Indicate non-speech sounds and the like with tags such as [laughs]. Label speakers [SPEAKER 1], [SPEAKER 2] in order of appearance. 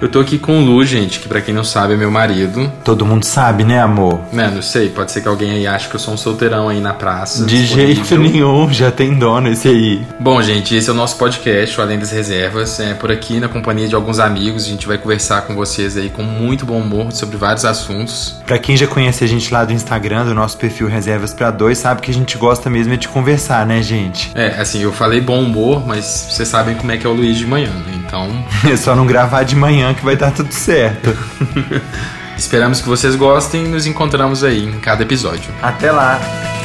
[SPEAKER 1] Eu tô aqui com o Lu, gente, que pra quem não sabe é meu marido.
[SPEAKER 2] Todo mundo sabe, né, amor?
[SPEAKER 1] Né, não sei, pode ser que alguém aí ache que eu sou um solteirão aí na praça.
[SPEAKER 2] De
[SPEAKER 1] disponível.
[SPEAKER 2] jeito nenhum, já tem dono esse aí.
[SPEAKER 1] Bom, gente, esse é o nosso podcast, o Além das Reservas. É por aqui, na companhia de alguns amigos, a gente vai conversar com vocês aí com muito bom humor sobre vários assuntos.
[SPEAKER 2] Pra quem já conhece a gente lá do Instagram, do nosso perfil Reservas pra Dois, sabe que a gente gosta mesmo é de conversar, né, gente? [laughs]
[SPEAKER 1] É, assim, eu falei bom humor, mas vocês sabem como é que é o Luiz de manhã, né? Então,
[SPEAKER 2] É só não gravar de manhã que vai dar tudo certo.
[SPEAKER 1] esperamos que vocês gostem e nos encontramos aí em cada episódio.
[SPEAKER 2] Até lá!